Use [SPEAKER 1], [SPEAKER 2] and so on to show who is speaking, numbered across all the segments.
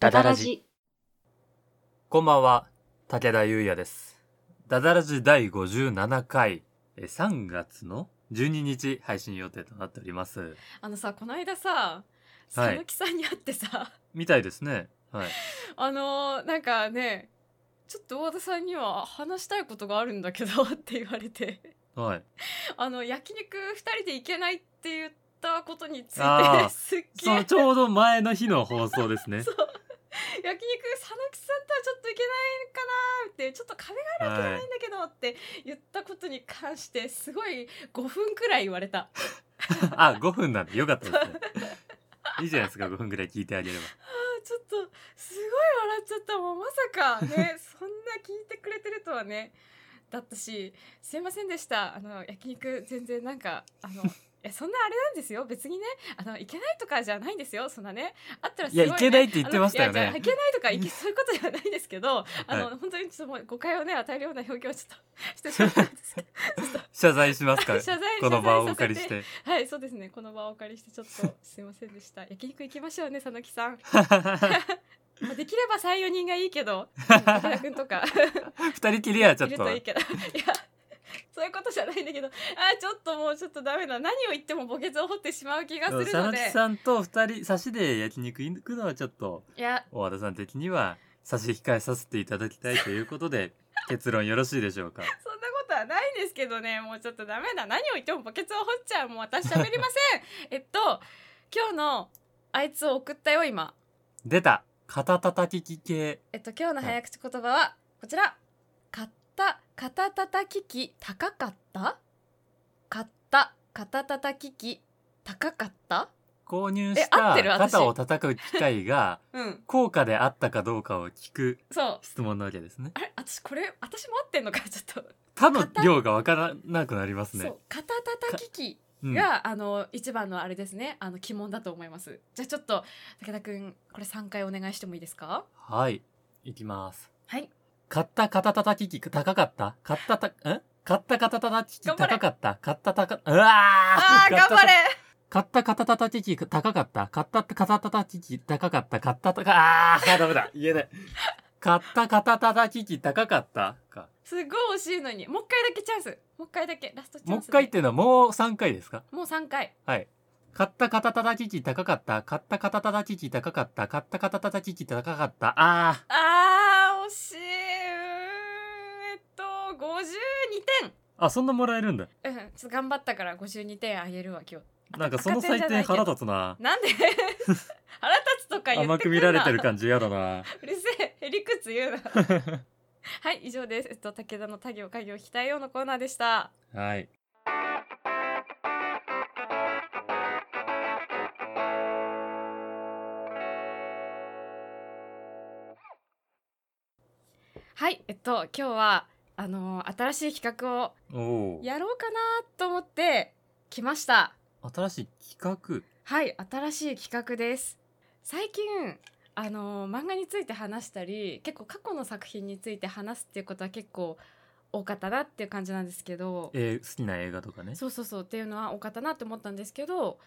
[SPEAKER 1] ダダラジ。こんばんは、武田優也です。ダダラジ第57回、え3月の12日配信予定となっております。
[SPEAKER 2] あのさこの間さ
[SPEAKER 1] はい
[SPEAKER 2] 佐野木さんに会ってさ、
[SPEAKER 1] みたいですね。はい。
[SPEAKER 2] あのーなんかねちょっと大和田さんにはあ話したいことがあるんだけどって言われて
[SPEAKER 1] はい。
[SPEAKER 2] あの焼肉2人で行けないって言ったことについ
[SPEAKER 1] あー
[SPEAKER 2] てすっげ
[SPEAKER 1] そ
[SPEAKER 2] え
[SPEAKER 1] のちょうど前の日の放送ですね。
[SPEAKER 2] そう焼肉佐野木さんとはちょっといけないかなーってちょっと壁がな
[SPEAKER 1] はい
[SPEAKER 2] んだけどって言ったことに関してすごい5分くらい言われた
[SPEAKER 1] い。あ、5分なんでよかった ですね。いいじゃないですか、5分ぐらい聞いてあげれば。
[SPEAKER 2] ちょっとすごい笑っちゃったもんまさかね そんな聞いてくれてるとはねだったしすいませんでしたあの焼肉全然なんかあのいやそんなあれなんですよ別にねあのいけないとかじゃないんですよそんなねあったらすごい、ね、
[SPEAKER 1] いやいけないって言ってましたよね
[SPEAKER 2] あのいやいやいけないとかいけそういうことではないんですけど、あの
[SPEAKER 1] は
[SPEAKER 2] 本当にちょっともう誤解をね与えるような表現をちょっと してしまったんですけど
[SPEAKER 1] 謝罪しますか
[SPEAKER 2] 謝罪
[SPEAKER 1] この場を
[SPEAKER 2] 謝罪させて
[SPEAKER 1] お借りして。
[SPEAKER 2] はいそうですねこの場をお借りしてちょっとすいませんでした焼肉行きましょうね佐野木さ んまあできれば3、4人がいいけど、うん武田君とか
[SPEAKER 1] 二人きりはちょ
[SPEAKER 2] い
[SPEAKER 1] っ
[SPEAKER 2] る
[SPEAKER 1] と
[SPEAKER 2] といいけど、いや、そういうことじゃないんだけど、あーちょっともうちょっとダメだ。何を言っても墓穴を掘ってしまう気がする
[SPEAKER 1] 佐
[SPEAKER 2] の
[SPEAKER 1] 々木
[SPEAKER 2] で、
[SPEAKER 1] さんと二人差しで焼肉行くのはちょっと
[SPEAKER 2] いや、
[SPEAKER 1] 大和田さん的には差し控えさせていただきたいということで結論よろしいでしょうか
[SPEAKER 2] そんなことはないんですけどね、もうちょっとダメだ。何を言っても墓穴を掘っちゃう。もう私喋りません。えっと、今日のあいつを送ったよ、今。
[SPEAKER 1] 出た肩たたき機系
[SPEAKER 2] えっと、今日の早口言葉は、こちら。買った、肩たたき機、高かった買った、肩たたき機、高かった
[SPEAKER 1] 購入し
[SPEAKER 2] え合
[SPEAKER 1] た
[SPEAKER 2] ってる私
[SPEAKER 1] 肩を叩く機械が
[SPEAKER 2] うん、
[SPEAKER 1] 効果であったかどうかを聞く
[SPEAKER 2] そう。
[SPEAKER 1] 質問なわけですね
[SPEAKER 2] あれ私これ私も合ってんのか ちょっと、
[SPEAKER 1] 他の量がわからなくなります
[SPEAKER 2] そ
[SPEAKER 1] ね
[SPEAKER 2] う肩たたき機
[SPEAKER 1] うん
[SPEAKER 2] が、あの一番のあれですねあの鬼門だと思いますじゃあちょっと武田くんこれ3回お願いしてもいいですか
[SPEAKER 1] はいいきます
[SPEAKER 2] はい
[SPEAKER 1] 買った肩たたき機高かった買ったたん買った肩たたき機
[SPEAKER 2] 頑張れ
[SPEAKER 1] 高かった買ったたかうわ
[SPEAKER 2] あー
[SPEAKER 1] 買った
[SPEAKER 2] 頑
[SPEAKER 1] た
[SPEAKER 2] 張れ
[SPEAKER 1] 買った肩たたき機高かった。買った肩たたき機高かった。買ったたか、あー、ダメだ。言えない。買った肩たたき機高かったか。
[SPEAKER 2] すごい惜しいのにもう一回だけチャンスもう一回だけラストチャンス
[SPEAKER 1] もう一回っていうのはもう3回ですか
[SPEAKER 2] もう3回
[SPEAKER 1] はい。買った肩たたき機高かった。買った肩たたき機高かった。買った肩たたき機高かった。あ
[SPEAKER 2] あー惜しいうーんえっと52
[SPEAKER 1] ー。あ、そんなもらえるんだ。
[SPEAKER 2] 点うんちょっと頑張ったから52点あげるわ今日
[SPEAKER 1] なんかその採点腹立つな。
[SPEAKER 2] なんで 腹立つとか言ってくんな
[SPEAKER 1] 甘く見られてる感じやだな。
[SPEAKER 2] うるせえへりくつ言うなはい以上ですえっと武田の他行家業非対応のコーナーでした
[SPEAKER 1] はい。
[SPEAKER 2] はいえっと今日はあのー新しい企画を
[SPEAKER 1] おお。
[SPEAKER 2] やろうかなと思って来ました
[SPEAKER 1] 新しい企
[SPEAKER 2] はい新しい企画です最近あのー漫画について話したり結構過去の作品について話すっていうことは結構多かったなっていう感じなんですけど
[SPEAKER 1] 画。えー、好きな映画とかね。
[SPEAKER 2] そうそうそうっていうのは多かったなって思ったんですけど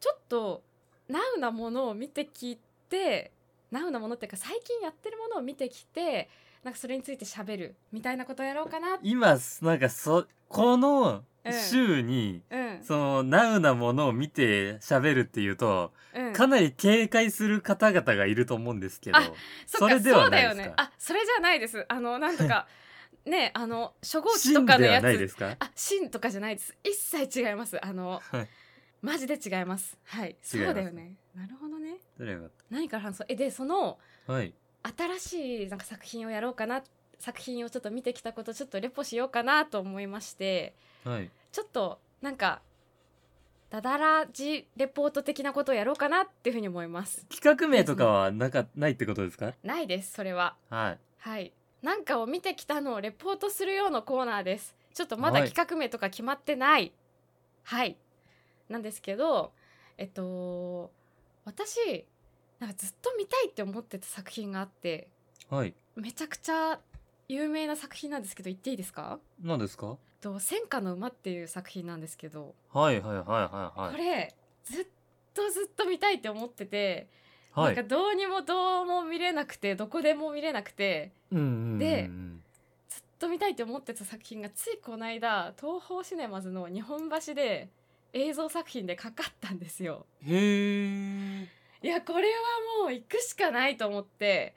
[SPEAKER 2] ちょっとナウなものを見てきてナウなものっていうか最近やってるものを見てきてなんかそれについて喋るみたいなことをやろうかな
[SPEAKER 1] 今なんかそこの
[SPEAKER 2] うん
[SPEAKER 1] 週に、
[SPEAKER 2] うん
[SPEAKER 1] そのナウなものを見て喋るっていうと、
[SPEAKER 2] うん
[SPEAKER 1] かなり警戒する方々がいると思うんですけど
[SPEAKER 2] あそっ
[SPEAKER 1] それ
[SPEAKER 2] か
[SPEAKER 1] で
[SPEAKER 2] そ
[SPEAKER 1] は
[SPEAKER 2] うだ
[SPEAKER 1] ないです
[SPEAKER 2] よ
[SPEAKER 1] か
[SPEAKER 2] ねあそれじゃないですあのなん とかねあの初号機
[SPEAKER 1] 真
[SPEAKER 2] とかの
[SPEAKER 1] では
[SPEAKER 2] や
[SPEAKER 1] ないで
[SPEAKER 2] つ
[SPEAKER 1] すか
[SPEAKER 2] あ真とかじゃないです一切違いますあの
[SPEAKER 1] はい
[SPEAKER 2] マジで違いますはいそうだよねなるほどね
[SPEAKER 1] どれがよかっ
[SPEAKER 2] 何から話そうえでその
[SPEAKER 1] たはい
[SPEAKER 2] 新しいなんか作品をやろうかな作品をちょっと見てきたことちょっとレポしようかなと思いまして
[SPEAKER 1] はい
[SPEAKER 2] ちょっとなんかダダラジレポート的なことをやろうかなっていうふうに思います
[SPEAKER 1] 企画名とかはなんかないってことですか
[SPEAKER 2] ないですそれは
[SPEAKER 1] はい
[SPEAKER 2] はいなんかを見てきたのをレポートするようなコーナーですちょっとまだ
[SPEAKER 1] はい
[SPEAKER 2] 企画名とか決まってないはいなんですけどえっと私なんかずっと見たいって思ってた作品があって
[SPEAKER 1] はい
[SPEAKER 2] めちゃくちゃ有名な作品なんですけど言っていいですか
[SPEAKER 1] 何ですか
[SPEAKER 2] と戦火の馬っていう作品なんですけど、
[SPEAKER 1] はいはいはいは
[SPEAKER 2] こ
[SPEAKER 1] い
[SPEAKER 2] れずっとずっと見たいって思ってて、
[SPEAKER 1] はいは
[SPEAKER 2] なん
[SPEAKER 1] い
[SPEAKER 2] かどうにもどうも見れれなくてどこでも見れなくて
[SPEAKER 1] うんうんうん
[SPEAKER 2] でずっと見たいって思ってた作品がついこの間東宝シネマズの日本橋で映像作品でかかったんですよ。
[SPEAKER 1] へえ
[SPEAKER 2] いやこれはもう行くしかないと思って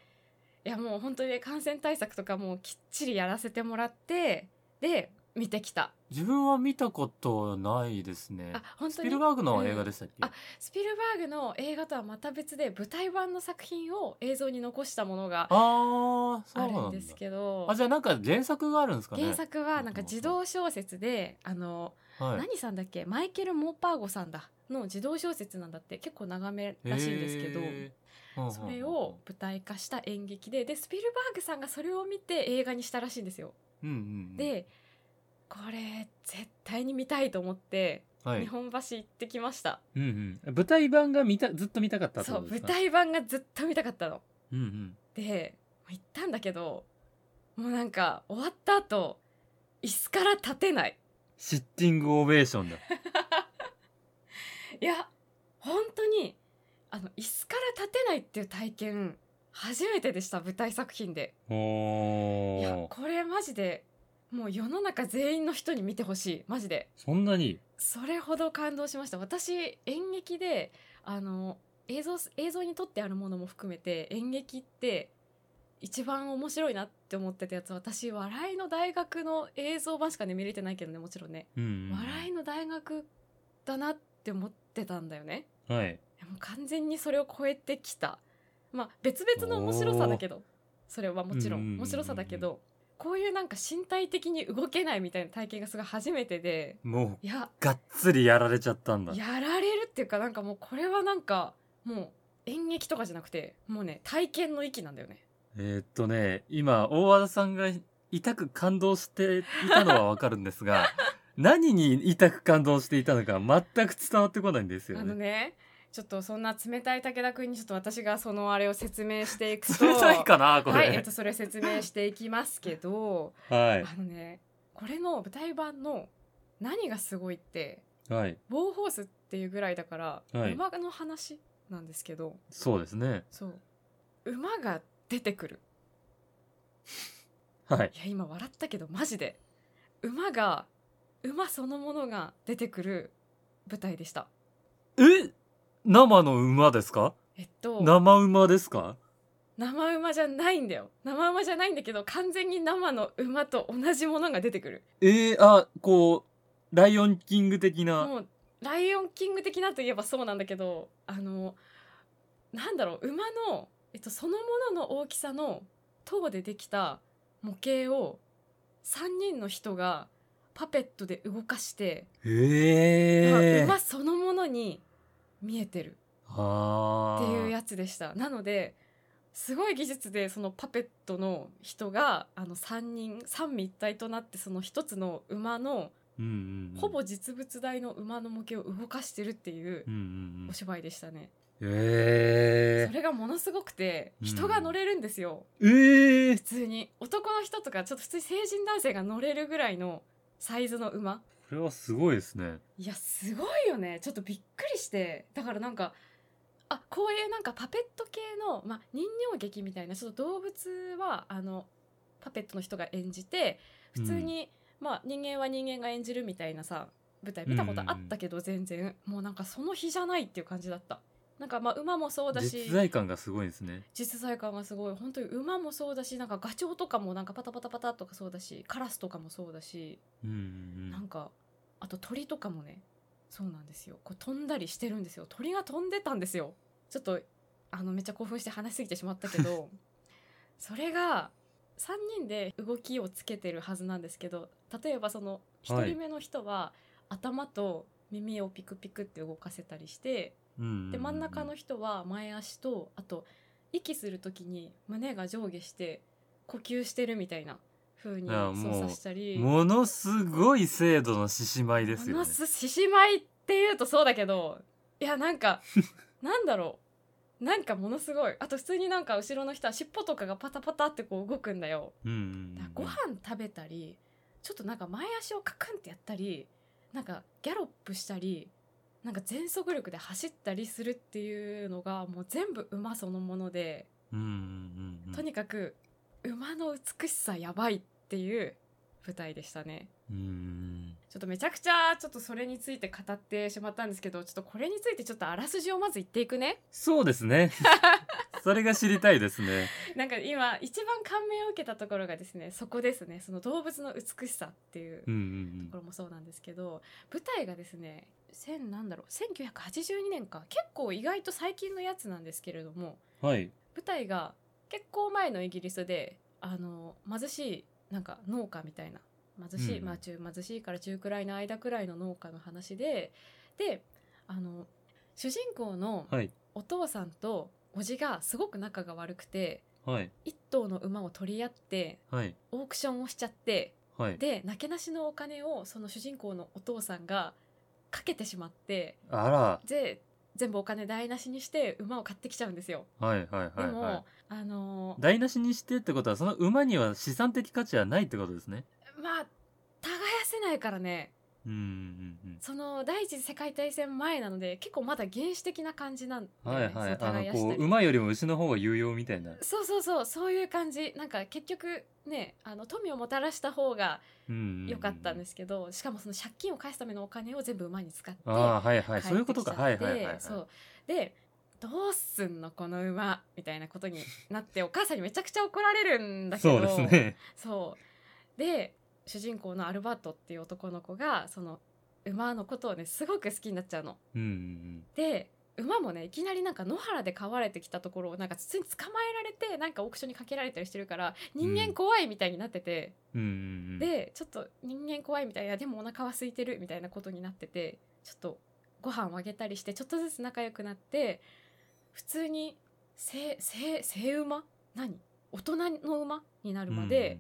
[SPEAKER 2] いやもう本当にね感染対策とかもうきっちりやらせてもらってで見てきた。
[SPEAKER 1] 自分は見たことないですね
[SPEAKER 2] あ本
[SPEAKER 1] ス
[SPEAKER 2] 当
[SPEAKER 1] ピ
[SPEAKER 2] に
[SPEAKER 1] ルバーグの映画でしたっけ、
[SPEAKER 2] うんあスピルバーグの映画とはまた別で舞台版の作品を映像に残したものが
[SPEAKER 1] あーそうな
[SPEAKER 2] あ
[SPEAKER 1] んだ
[SPEAKER 2] るんですけど
[SPEAKER 1] あじゃあなんか原作があるんですかね
[SPEAKER 2] 原作はなんか児童小説であの、
[SPEAKER 1] はい、
[SPEAKER 2] 何さんだっけマイケル・モーパーゴさんだの児童小説なんだって結構長めらしいんですけど、
[SPEAKER 1] へー
[SPEAKER 2] それを舞台化した演劇ででスピルバーグさんがそれを見て映画にしたらしいんですよ。
[SPEAKER 1] うんうんうん、
[SPEAKER 2] でこれ絶対に見たいと思って
[SPEAKER 1] はい
[SPEAKER 2] 日本橋行ってきました、
[SPEAKER 1] うんうん、舞台版が見たずっと見たかったって
[SPEAKER 2] そ
[SPEAKER 1] こと
[SPEAKER 2] う
[SPEAKER 1] で
[SPEAKER 2] 舞
[SPEAKER 1] すか
[SPEAKER 2] 台版がずっと見たかったの。
[SPEAKER 1] うんうん、
[SPEAKER 2] で行ったんだけどもうなんか終わった後椅子から立てない
[SPEAKER 1] シッティングオベーションだ
[SPEAKER 2] いや本当にあの椅子から立てないっていう体験初めてでした舞台作品でいや
[SPEAKER 1] おー
[SPEAKER 2] これマジでもう世の中全員の人に見てほしいマジで
[SPEAKER 1] そんなに
[SPEAKER 2] それほど感動しました私演劇であの映像映像に撮ってあるものも含めて演劇って一番面白いなって思ってたやつ私笑いの大学の映像版しかね見れてないけどねもちろんね、
[SPEAKER 1] うんうん
[SPEAKER 2] 笑いの大学だなって思ってたんだよね
[SPEAKER 1] はい
[SPEAKER 2] いやもう完全にそれを超えてきたまあ別々の面白さだけどそれはもちろ
[SPEAKER 1] うんうんうんうん
[SPEAKER 2] ん面白さだけどこういうなんか身体的に動けないみたいな体験がすごい初めてで
[SPEAKER 1] もう
[SPEAKER 2] いや
[SPEAKER 1] がっつりやられちゃったんだ
[SPEAKER 2] やられるっていうかなんかもうこれはなんかもう演劇とかじゃなくてもうね体験の域なんだよね
[SPEAKER 1] えーっとね今大和田さんが痛く感動していたのはわかるんです が何に痛く感動していたのか全く伝わってこないんですよ
[SPEAKER 2] あの
[SPEAKER 1] ね。
[SPEAKER 2] ねちょっとそんな冷たい武田君にちょっと私がそのあれを説明し ていくと
[SPEAKER 1] 冷たいかなこ
[SPEAKER 2] はい、え
[SPEAKER 1] れ
[SPEAKER 2] っと、。それ説明していきますけど
[SPEAKER 1] はい
[SPEAKER 2] あのねこれの舞台版の何がすごいって
[SPEAKER 1] はい
[SPEAKER 2] ボーホースっていうぐらいだから、
[SPEAKER 1] はい
[SPEAKER 2] 馬の話なんですけど
[SPEAKER 1] そうですね。
[SPEAKER 2] そう馬が出てくる
[SPEAKER 1] はい
[SPEAKER 2] いや今笑ったけどマジで馬が馬そのものが出てくる舞台でした
[SPEAKER 1] え生の馬ですか
[SPEAKER 2] えっと
[SPEAKER 1] 生馬ですか
[SPEAKER 2] 生馬じゃないんだよ生馬じゃないんだけど完全に生の馬と同じものが出てくる
[SPEAKER 1] えー、あこうライオンキング的な
[SPEAKER 2] もうライオンキング的なといえばそうなんだけどあのなんだろう馬の、えっと、そのものの大きさの塔でできた模型を3人の人がパペットで動かして、
[SPEAKER 1] ええ
[SPEAKER 2] まあ馬そのものに見えてる
[SPEAKER 1] あ
[SPEAKER 2] っていう
[SPEAKER 1] や
[SPEAKER 2] やつでしたなのですごい技術でそのパペットの人があの3人三位一体となってその一つの馬の
[SPEAKER 1] つ、うんうんうん、
[SPEAKER 2] ほぼ実物大の馬の模型を動かしてるっていう
[SPEAKER 1] うんうんうん
[SPEAKER 2] お芝居でしたね、
[SPEAKER 1] え
[SPEAKER 2] それがものすごくて
[SPEAKER 1] うん
[SPEAKER 2] 人が乗れるんですよ、
[SPEAKER 1] えええ
[SPEAKER 2] 普通に男の人とかちょっと普通に成人男性が乗れるぐらいのサイズの馬
[SPEAKER 1] これはすごいですね
[SPEAKER 2] いやすごいよねちょっとびっくりしてだからなんかあこういうなんかパペット系の、まあ、人形劇みたいなちょっと動物はあのパペットの人が演じて普通に、まあ、人間は人間が演じるみたいなさ舞台見たことあったけど全然、もうなんかその日じゃないっていう感じだったなんかまあ馬もそうだし
[SPEAKER 1] 実在感がすごいですね
[SPEAKER 2] 実在感がすごい本当に馬もそうだしなんかガチョウとかもなんかパタパタパタとかそうだしカラスとかもそうだし、
[SPEAKER 1] うんう
[SPEAKER 2] なん
[SPEAKER 1] ん
[SPEAKER 2] かあと鳥とかもねそうなんですよこう飛んだりしてるんですよ鳥が飛んでたんですよちょっとあのめっちゃ興奮して話しすぎてしまったけどそれが3人で動きをつけてるはずなんですけど例えばその
[SPEAKER 1] は
[SPEAKER 2] 1
[SPEAKER 1] い
[SPEAKER 2] 人目の人は頭と耳をピクピクって動かせたりして、
[SPEAKER 1] うんうんうん
[SPEAKER 2] で真ん中の人は前足とあと息する時に胸が上下して呼吸してるみたいな風に
[SPEAKER 1] いやもう
[SPEAKER 2] 操作したり
[SPEAKER 1] ものすごい精度の獅子舞ですよ
[SPEAKER 2] の
[SPEAKER 1] ね
[SPEAKER 2] す獅子舞っていうとそうだけどいやな んかなんだろうなんかものすごいあと普通になんか後ろの人は尻尾とかがパタパタってこう動くんだよ
[SPEAKER 1] うん
[SPEAKER 2] だからご飯食べたりちょっとなんか前足をカクンってやったりなんかギャロップしたりなんか全速力で走ったりするっていうのがもう全部馬そのもので
[SPEAKER 1] うんうんうん
[SPEAKER 2] とにかく馬の美しさやばいっていう舞台でしたね
[SPEAKER 1] うんうん
[SPEAKER 2] ちょっとめちゃくちゃちょっとそれについて語ってしまったんですけどちょっとこれについてちょっとあらすじをまず言っていくね
[SPEAKER 1] そうですね それが知りたいですね
[SPEAKER 2] なんか今一番感銘を受けたところがですねそこですねその動物の美しさっていう
[SPEAKER 1] うん
[SPEAKER 2] ところもそうなんですけど舞台がですね千なんだろう1982年か結構意外と最近のやつなんですけれども
[SPEAKER 1] うんはい
[SPEAKER 2] 舞台が結構前のイギリスであの貧しいなんか農家みたいな貧しい、
[SPEAKER 1] うん
[SPEAKER 2] まあ中貧しいから中くらいの間くらいの農家の話でであの主人公の
[SPEAKER 1] はい
[SPEAKER 2] お父さんとおじがすごく仲が悪くて
[SPEAKER 1] はい
[SPEAKER 2] 一頭の馬を取り合って
[SPEAKER 1] はい
[SPEAKER 2] オークションをしちゃって
[SPEAKER 1] はい
[SPEAKER 2] でなけなしのお金をその主人公のお父さんがかけてしまって
[SPEAKER 1] あ
[SPEAKER 2] で全部お金台無しにして馬を買ってきちゃうんですよ。
[SPEAKER 1] らはいはい
[SPEAKER 2] で
[SPEAKER 1] はい
[SPEAKER 2] も、
[SPEAKER 1] はい
[SPEAKER 2] あのー
[SPEAKER 1] 台無しにしてってことはその馬には資産的価値はないってことですね
[SPEAKER 2] まあ耕せないからね
[SPEAKER 1] うんうん
[SPEAKER 2] その第一次世界大戦前なので結構まだ原始的な感じなん
[SPEAKER 1] う
[SPEAKER 2] だ
[SPEAKER 1] ん
[SPEAKER 2] よ
[SPEAKER 1] はい
[SPEAKER 2] ね
[SPEAKER 1] はい
[SPEAKER 2] そ
[SPEAKER 1] あの
[SPEAKER 2] 耕
[SPEAKER 1] こ
[SPEAKER 2] し
[SPEAKER 1] う
[SPEAKER 2] たり
[SPEAKER 1] 馬よりも牛の方が有用みたいな
[SPEAKER 2] そうそうそうそういう感じなんか結局ねあの富をもたらした方が良
[SPEAKER 1] よ
[SPEAKER 2] かったんですけど、しかもその借金を返すためのお金を全部馬に使って
[SPEAKER 1] ああはいは
[SPEAKER 2] 帰
[SPEAKER 1] い
[SPEAKER 2] って
[SPEAKER 1] そういうことか
[SPEAKER 2] きちゃ
[SPEAKER 1] は
[SPEAKER 2] っ
[SPEAKER 1] い
[SPEAKER 2] て
[SPEAKER 1] はいはいはい
[SPEAKER 2] そうでどうすんのこの馬みたいなことになってお母さんにめちゃくちゃ怒られるんだけ
[SPEAKER 1] そ
[SPEAKER 2] ど
[SPEAKER 1] うですね
[SPEAKER 2] そうで主人公のアルバートっていう男の子がその馬のことをねすごく好きになっちゃうの。
[SPEAKER 1] うんうん
[SPEAKER 2] で馬もねいきなりなんか野原で飼われてきたところをなんか普通に捕まえられてなんかオークションにかけられたりしてるから人間怖いみたいになってて、
[SPEAKER 1] うんうんうん
[SPEAKER 2] でちょっと人間怖いみたいなでもお腹は空いてるみたいなことになっててちょっとご飯をあげたりしてちょっとずつ仲良くなって普通にせせ生馬何大人の馬になるまで、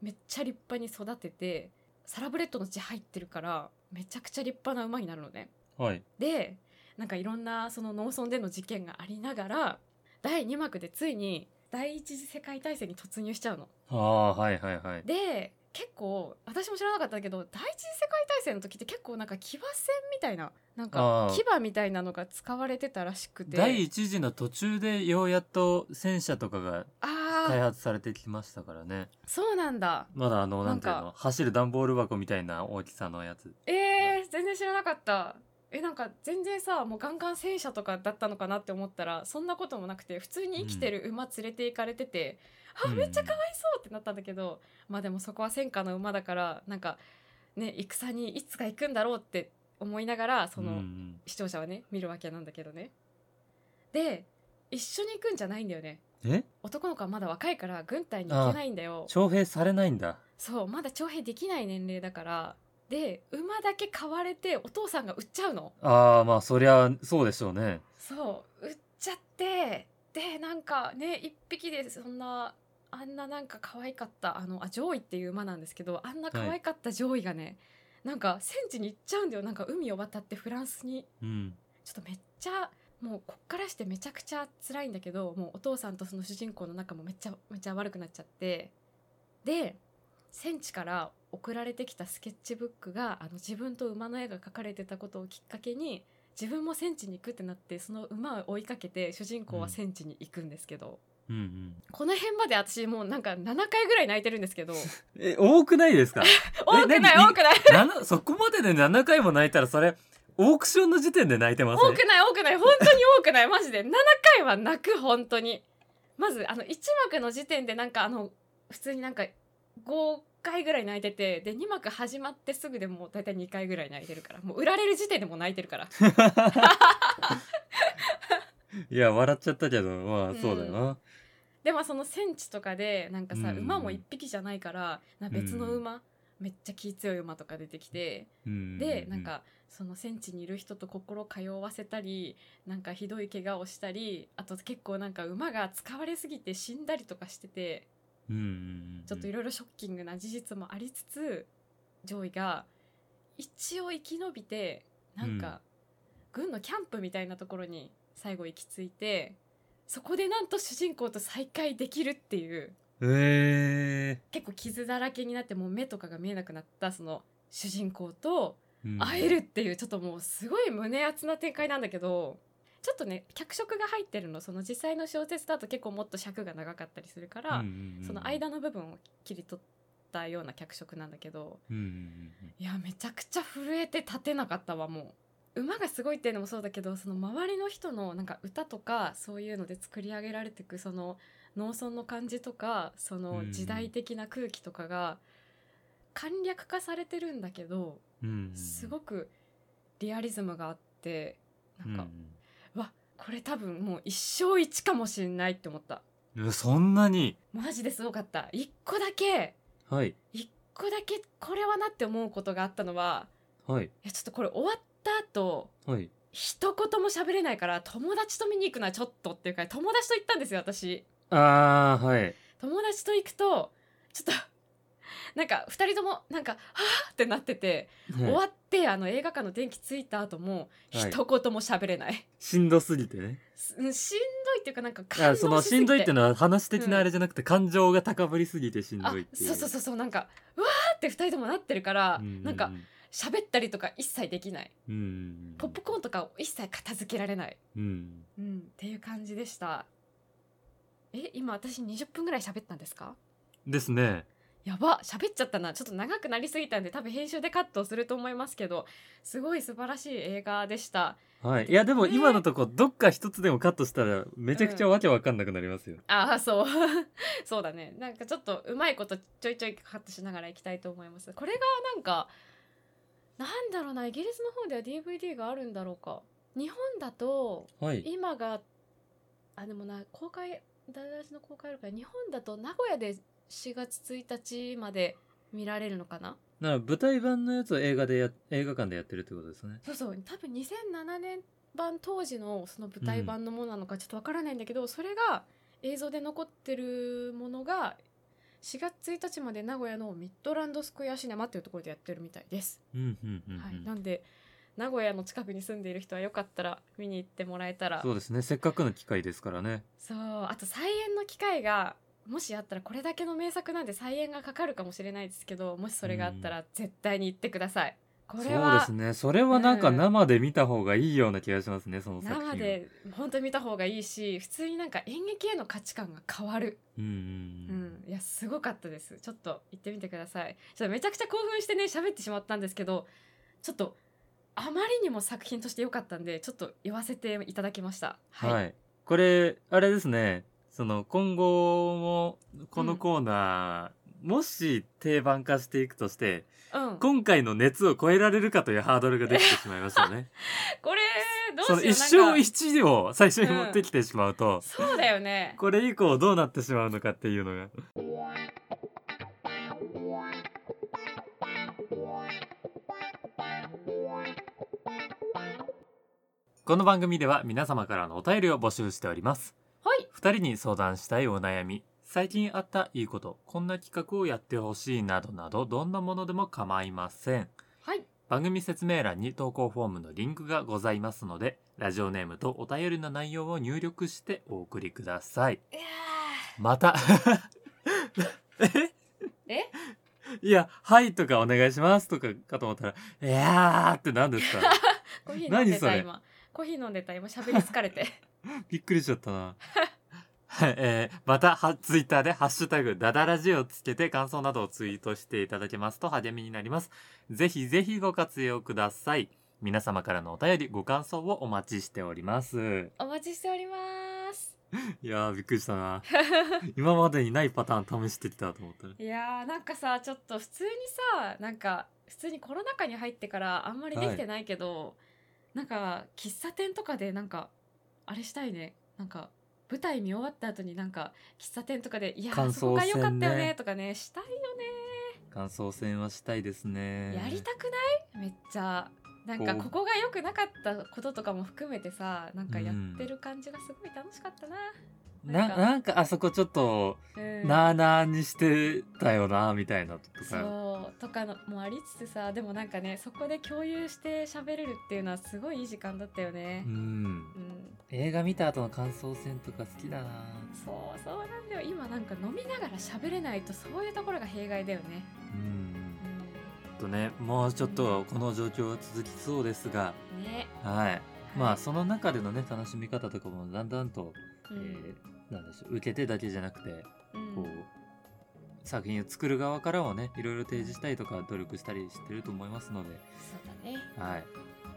[SPEAKER 2] めっちゃ立派に育ててサラブレッドの血入ってるからめちゃくちゃ立派な馬になるのね。
[SPEAKER 1] うんはい
[SPEAKER 2] でなんかいろんなその農村での事件がありながら第2幕でついに第一次世界大戦に突入しちゃうの。
[SPEAKER 1] ああはいはいはい
[SPEAKER 2] で結構私も知らなかったけど第一次世界大戦の時って結構なんか騎馬戦みたいななん
[SPEAKER 1] あ
[SPEAKER 2] か
[SPEAKER 1] ー
[SPEAKER 2] 騎馬みたいなのが使われてたらしくて
[SPEAKER 1] 第一次の途中でようやっと戦車とかが
[SPEAKER 2] あ
[SPEAKER 1] 開
[SPEAKER 2] ー
[SPEAKER 1] 発されてきましたからね
[SPEAKER 2] そうなんだ
[SPEAKER 1] まだあのなんていう
[SPEAKER 2] な
[SPEAKER 1] の走る段ボール箱みたいな大きさのやつ
[SPEAKER 2] えー、全然知らなかったえなんか全然さもうガンガン戦車とかだったのかなって思ったらそんなこともなくて普通に生きてる馬連れて行かれてて、
[SPEAKER 1] うん
[SPEAKER 2] あめっちゃ可哀想ってなったんだけどまあでもそこは戦火の馬だからなんかね戦にいつか行くんだろうって思いながらその、
[SPEAKER 1] うんうん
[SPEAKER 2] 視聴者はね見るわけなんだけどねで一緒に行くんじゃないんだよね
[SPEAKER 1] え
[SPEAKER 2] 男の子はまだ若いから軍隊に行けないんだよ
[SPEAKER 1] 徴兵されないんだ
[SPEAKER 2] そうまだ徴兵できない年齢だからで馬だけ買われてお父さんが売っちゃうの
[SPEAKER 1] ああまあそりゃそうでしょうね
[SPEAKER 2] そう売っちゃってでなんかね一匹でそんなあんななんか可愛かったあのあ上位っていう馬なんですけどあんな可愛かった上位がね、なんか戦地に行っちゃうんだよなんか海を渡ってフランスに
[SPEAKER 1] うん
[SPEAKER 2] ちょっとめっちゃもうこっからしてめちゃくちゃ辛いんだけどもうお父さんとその主人公の仲もめっちゃめっちゃ悪くなっちゃってで戦地から送られてきたスケッチブックがあの自分と馬の絵が描かれてたことをきっかけに自分も戦地に行くってなってその馬を追いかけて主人公は戦地に行くんですけど、
[SPEAKER 1] うんうん
[SPEAKER 2] この辺まで私もうなんか7回ぐらい泣いてるんですけど
[SPEAKER 1] え多くないですか
[SPEAKER 2] 多くない
[SPEAKER 1] 何
[SPEAKER 2] 多くない
[SPEAKER 1] ななそこまでで7回も泣いたらそれオークションの時点で泣いてません
[SPEAKER 2] 多くない多くない本当に多くないマジで7回は泣く本当にまずあの1幕の時点でなんかあの普通になんか5回ぐらい泣いててで2幕始まってすぐでもう大体2回ぐらい泣いてるからもう売られる時点でもう泣いてるから
[SPEAKER 1] いや笑っちゃったけどまあそうだよな、
[SPEAKER 2] でもその戦地とかでなんかさ、
[SPEAKER 1] うん
[SPEAKER 2] 馬も1匹じゃないからな別の馬、めっちゃ気強い馬とか出てきて、
[SPEAKER 1] うん
[SPEAKER 2] でなんかその戦地にいる人と心通わせたりなんかひどい怪我をしたりあと結構なんか馬が使われすぎて死んだりとかしてて
[SPEAKER 1] うんうんうん
[SPEAKER 2] ちょっといろいろショッキングな事実もありつつ上位が一応生き延びてなんか軍のキャンプみたいなところに最後行き着いてそこでなんと主人公と再会できるっていう
[SPEAKER 1] え
[SPEAKER 2] 結構傷だらけになってもう目とかが見えなくなったその主人公と
[SPEAKER 1] ーうん
[SPEAKER 2] 会えるっていうちょっともうすごい胸熱な展開なんだけどちょっとね脚色が入ってるのその実際の小説だと結構もっと尺が長かったりするから、
[SPEAKER 1] うんうんうん
[SPEAKER 2] その間の部分を切り取ったような脚色なんだけど
[SPEAKER 1] うんうんうんうん
[SPEAKER 2] いやめちゃくちゃ震えて立てなかったわもう馬がすごいっていうのもそうだけどその周りの人のなんか歌とかそういうので作り上げられてくその農村の感じとかその時代的な空気とかが簡略化されてるんだけど
[SPEAKER 1] うんうん
[SPEAKER 2] すごくリアリズムがあってなんか、わこれ多分もう一生一かもしんないって思った
[SPEAKER 1] うんうんそんなに
[SPEAKER 2] マジですごかった一個だけ
[SPEAKER 1] はい
[SPEAKER 2] 一個だけこれはなって思うことがあったのは
[SPEAKER 1] はい
[SPEAKER 2] いやちょっとこれ終わった後
[SPEAKER 1] はい
[SPEAKER 2] 一言も喋れないから友達と見に行くのはちょっとっていうか友達と行ったんですよ私
[SPEAKER 1] ああはい
[SPEAKER 2] 友達と行くとちょっとなんか2人ともなんか「はあ!」ってなってて、終わってあの映画館の電気ついた後も
[SPEAKER 1] は
[SPEAKER 2] 一
[SPEAKER 1] い
[SPEAKER 2] 言も喋れない、
[SPEAKER 1] しんどすぎてね
[SPEAKER 2] すうんしんどいっていうかなんか感動
[SPEAKER 1] あ
[SPEAKER 2] しす
[SPEAKER 1] そ
[SPEAKER 2] ぎて
[SPEAKER 1] のしんどいっていうのは話的
[SPEAKER 2] う
[SPEAKER 1] なんあれじゃなくて、感情が高ぶりすぎてしんどいっていう
[SPEAKER 2] あそうそうそうそうなんかうわーって2人ともなってるから、
[SPEAKER 1] ううう
[SPEAKER 2] なんか喋ったりとか一切できない
[SPEAKER 1] うんうんうん
[SPEAKER 2] ポップコーンとかを一切片付けられない、
[SPEAKER 1] うん
[SPEAKER 2] うん、っていう感じでしたえ今私20分ぐらい喋ったんですか
[SPEAKER 1] ですね
[SPEAKER 2] やば喋っちゃったなちょっと長くなりすぎたんで多分編集でカットをすると思いますけどすごい素晴らしい映画でした
[SPEAKER 1] はいいやでも
[SPEAKER 2] ね
[SPEAKER 1] 今のとこどっか一つでもカットしたらめちゃくちゃわけわかんなくなりますよ、
[SPEAKER 2] ああそう そうだねなんかちょっとうまいことちょいちょいカットしながらいきたいと思いますこれがなんかなんだろうなイギリスの方では DVD があるんだろうか日本だと
[SPEAKER 1] はい
[SPEAKER 2] 今があでもな公開ダダラシの公開あるから日本だと名古屋で4月1日まで見られるのかな
[SPEAKER 1] なら舞台版のやつを映画でや映画館でやってるってことですね
[SPEAKER 2] そうそう多分2007年版当時のその舞台版のものなのかちょっとわからないんだけど、それが映像で残ってるものが4月1日まで名古屋のミッドランドスクエアシネマっていうところでやってるみたいです、
[SPEAKER 1] うんうんうん、うん
[SPEAKER 2] はい、なんで名古屋の近くに住んでいる人はよかったら見に行ってもらえたら
[SPEAKER 1] そうですねせっかくの機会ですからね
[SPEAKER 2] そうあと再演の機会がもしあったらこれだけの名作なんで再演がかかるかもしれないですけどもしそれがあったら絶対に行ってください、これは
[SPEAKER 1] そうですねそれはなんか
[SPEAKER 2] うん
[SPEAKER 1] 生で見た方がいいような気がしますねその作品
[SPEAKER 2] 生で本当に見た方がいいし普通になんか演劇への価値観が変わる、
[SPEAKER 1] うん
[SPEAKER 2] う
[SPEAKER 1] うんうん
[SPEAKER 2] ん、いやすごかったですちょっと行ってみてくださいちょっとめちゃくちゃ興奮してね喋ってしまったんですけどちょっとあまりにも作品として良かったんでちょっと言わせていただきましたはい、
[SPEAKER 1] はい。これ、あれですね。その、今後も、このコーナー、もし定番化していくとして、
[SPEAKER 2] うん、こ
[SPEAKER 1] 今回の熱を超えられるかというハードルができてしまいましたね。
[SPEAKER 2] れ どうし
[SPEAKER 1] そ
[SPEAKER 2] よ
[SPEAKER 1] の
[SPEAKER 2] う
[SPEAKER 1] 一生一
[SPEAKER 2] なんか
[SPEAKER 1] 時を最初に
[SPEAKER 2] うん
[SPEAKER 1] 持ってきてしまうと、
[SPEAKER 2] そうだよね
[SPEAKER 1] これ以降どうなってしまうのかっていうのが。この番組では皆様からのお便りを募集しております。
[SPEAKER 2] はい
[SPEAKER 1] 2人に相談したいお悩み最近あったいいことこんな企画をやってほしいなどなどどんなものでも構いません
[SPEAKER 2] はい
[SPEAKER 1] 番組説明欄に投稿フォームのリンクがございますのでラジオネームとお便りの内容を入力してお送りください
[SPEAKER 2] いや
[SPEAKER 1] ま た
[SPEAKER 2] ーえ
[SPEAKER 1] いや「はい」とか「お願いします」とかかと思ったら「いやー」って何です か
[SPEAKER 2] コーヒー飲んで
[SPEAKER 1] 何そ
[SPEAKER 2] た
[SPEAKER 1] れ
[SPEAKER 2] 今コーヒー飲んでた今喋り疲 れて
[SPEAKER 1] びっくりしちゃったな。はいえーまたは、ツイッターで、ハッシュタグ、ダダラジをつけて、感想などをツイートしていただけますと励みになります。ぜひぜひご活用ください。皆様からのお便り、ご感想をお待ちしております。
[SPEAKER 2] お待ちしております
[SPEAKER 1] いやー、びっくりしたな。 今までにないパターン試してきたと思ったら。
[SPEAKER 2] いやーなんかさちょっと普通にさなんか普通にコロナ禍に入ってからあんまりできてないけど、なんか喫茶店とかでなんかあれしたいねなんか舞台見終わった後になんか喫茶店とかで「いやー
[SPEAKER 1] 感
[SPEAKER 2] そこ
[SPEAKER 1] 想
[SPEAKER 2] が
[SPEAKER 1] 戦ね
[SPEAKER 2] 良かったよね」とかねしたいよ
[SPEAKER 1] 感想戦はしたいですね。
[SPEAKER 2] ねやりたくないめっちゃなんか
[SPEAKER 1] こう
[SPEAKER 2] ここが良くなかったこととかも含めてさなんかやってる感じがすごい楽しかったな、
[SPEAKER 1] な、なんか、あそこちょっと、
[SPEAKER 2] うん
[SPEAKER 1] なーなーにしてたよな、みたいなとか。
[SPEAKER 2] そうとかのもありつつさでもなんかねそこで共有して喋れるっていうのはすごいいい時間だったよね
[SPEAKER 1] う。ん
[SPEAKER 2] うん、
[SPEAKER 1] 映画見た後の感想戦とか好きだな
[SPEAKER 2] そうそうなんだよ今なんか飲みながら喋れないとそういうところが弊害だよね。
[SPEAKER 1] うん
[SPEAKER 2] う
[SPEAKER 1] ちょっとねもうちょっとこの状況は続きそうですが
[SPEAKER 2] ん、ね
[SPEAKER 1] はいまあその中でのね楽しみ方とかもだんだんと、
[SPEAKER 2] うん
[SPEAKER 1] えーなんでしょう受け手だけじゃなくて
[SPEAKER 2] うん
[SPEAKER 1] こう、作品を作る側からもねいろいろ提示したりとか努力したりしてると思いますので、
[SPEAKER 2] そうだね、
[SPEAKER 1] はい、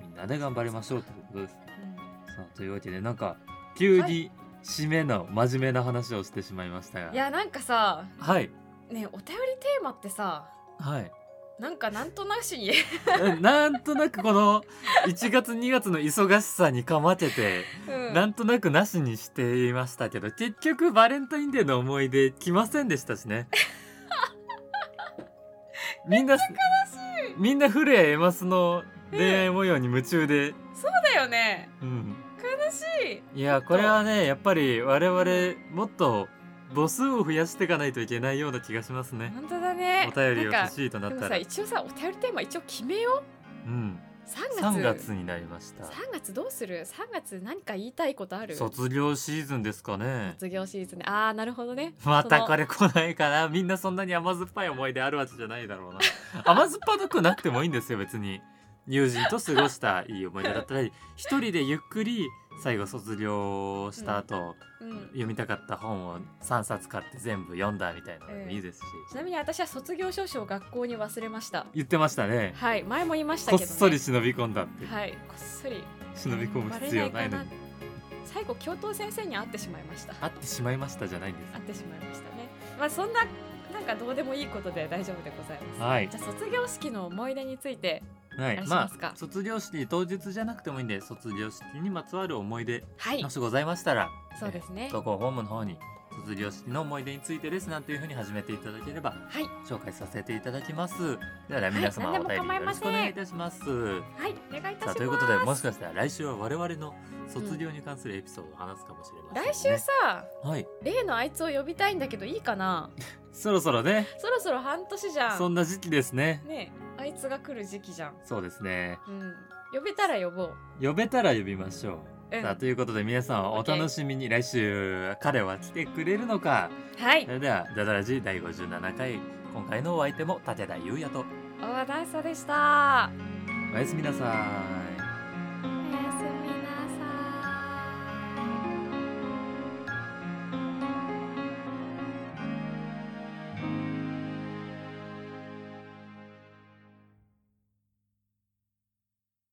[SPEAKER 1] みんなで頑張りましょうということです。
[SPEAKER 2] う
[SPEAKER 1] さあというわけでなんか急
[SPEAKER 2] は
[SPEAKER 1] に締めの真面目な話をしてしまいましたが、
[SPEAKER 2] ん、いやなんかさ
[SPEAKER 1] はい
[SPEAKER 2] ねお便りテーマってさ
[SPEAKER 1] はい
[SPEAKER 2] なんかなんとなしに
[SPEAKER 1] え なんとなくこの1月2月の忙しさにかまけて、
[SPEAKER 2] うん
[SPEAKER 1] なんとなくなしにしていましたけど結局バレンタインデーの思い出来ませんでしたし ねみんなみんな古谷エマスの恋愛模様に夢中で、
[SPEAKER 2] だよね
[SPEAKER 1] うん、
[SPEAKER 2] 悲しい
[SPEAKER 1] いやこれはねやっぱり我々もっと母数を増やしていかないといけないような気がしますね
[SPEAKER 2] 本当だね
[SPEAKER 1] お便りを
[SPEAKER 2] なん
[SPEAKER 1] 欲
[SPEAKER 2] か
[SPEAKER 1] しいとな
[SPEAKER 2] で
[SPEAKER 1] っ
[SPEAKER 2] も
[SPEAKER 1] た
[SPEAKER 2] さ
[SPEAKER 1] ら
[SPEAKER 2] 一応さお便りテーマ一応決めよう
[SPEAKER 1] うん
[SPEAKER 2] 3
[SPEAKER 1] 3
[SPEAKER 2] 月
[SPEAKER 1] 月になりました
[SPEAKER 2] 3月どうする3月何か言いたいことある
[SPEAKER 1] 卒業シーズンですかね
[SPEAKER 2] 卒業シーズンねああなるほどね
[SPEAKER 1] またこ
[SPEAKER 2] れ
[SPEAKER 1] れ来ないかなみんなそんなに甘酸っぱい思い出あるわけじゃないだ ろうな甘酸っぱくなくてもいいんですよ別に友人と過ごしたいい思い出だった り一人でゆっくり最後卒業した後、
[SPEAKER 2] うん
[SPEAKER 1] 読みたかった本を3冊買って全部読んだみたいなのでもいいですし、
[SPEAKER 2] ちなみに私は卒業証書を学校に忘れました
[SPEAKER 1] 言ってましたね
[SPEAKER 2] はい前も言いました
[SPEAKER 1] こ
[SPEAKER 2] け
[SPEAKER 1] っ
[SPEAKER 2] ど、ね、
[SPEAKER 1] そり忍び込んだって、
[SPEAKER 2] はいこっそり
[SPEAKER 1] 忍び込む必要ないのに
[SPEAKER 2] バレ最後教頭先生に会ってしまいました
[SPEAKER 1] 会ってしまいましたじゃないんです
[SPEAKER 2] 会ってしまいましたねまあそんななんかどうでもいいことで大丈夫でございます、
[SPEAKER 1] はい
[SPEAKER 2] じゃあ卒業式の思い出について
[SPEAKER 1] はい
[SPEAKER 2] あれし
[SPEAKER 1] ま
[SPEAKER 2] ますか
[SPEAKER 1] あ卒業式当日じゃなくてもいいんで卒業式にまつわる思い出
[SPEAKER 2] はい
[SPEAKER 1] もしございましたら、
[SPEAKER 2] そうですね
[SPEAKER 1] 投稿ホームの方に卒業式の思い出についてですなんていうふうに始めていただければ
[SPEAKER 2] はい
[SPEAKER 1] 紹介させていただきますでは皆
[SPEAKER 2] 皆
[SPEAKER 1] 様、
[SPEAKER 2] 様はい
[SPEAKER 1] お便りよろしくお願い
[SPEAKER 2] 何でも構いません
[SPEAKER 1] いたします
[SPEAKER 2] はいお願いいたし
[SPEAKER 1] さあ
[SPEAKER 2] ます
[SPEAKER 1] ということでもしかしたら来週は我々の卒業に関するエピソードを話すかもしれません、ね
[SPEAKER 2] 来週さ
[SPEAKER 1] はい
[SPEAKER 2] 例のあいつを呼びたいんだけどいいかな
[SPEAKER 1] そろそろね
[SPEAKER 2] そろそろ半年じゃん
[SPEAKER 1] そんな時期ですね
[SPEAKER 2] ねえあいつが来る時期じゃん
[SPEAKER 1] そうですね
[SPEAKER 2] うん呼べたら呼ぼう
[SPEAKER 1] 呼べたら呼びましょう
[SPEAKER 2] うん
[SPEAKER 1] さあということで皆さんお楽しみに来週彼は来てくれるのか
[SPEAKER 2] はい
[SPEAKER 1] それでは「ダダラジ第57回今回のお相手も武田優也と
[SPEAKER 2] 大和田愛沙でした
[SPEAKER 1] おやすみなさーい。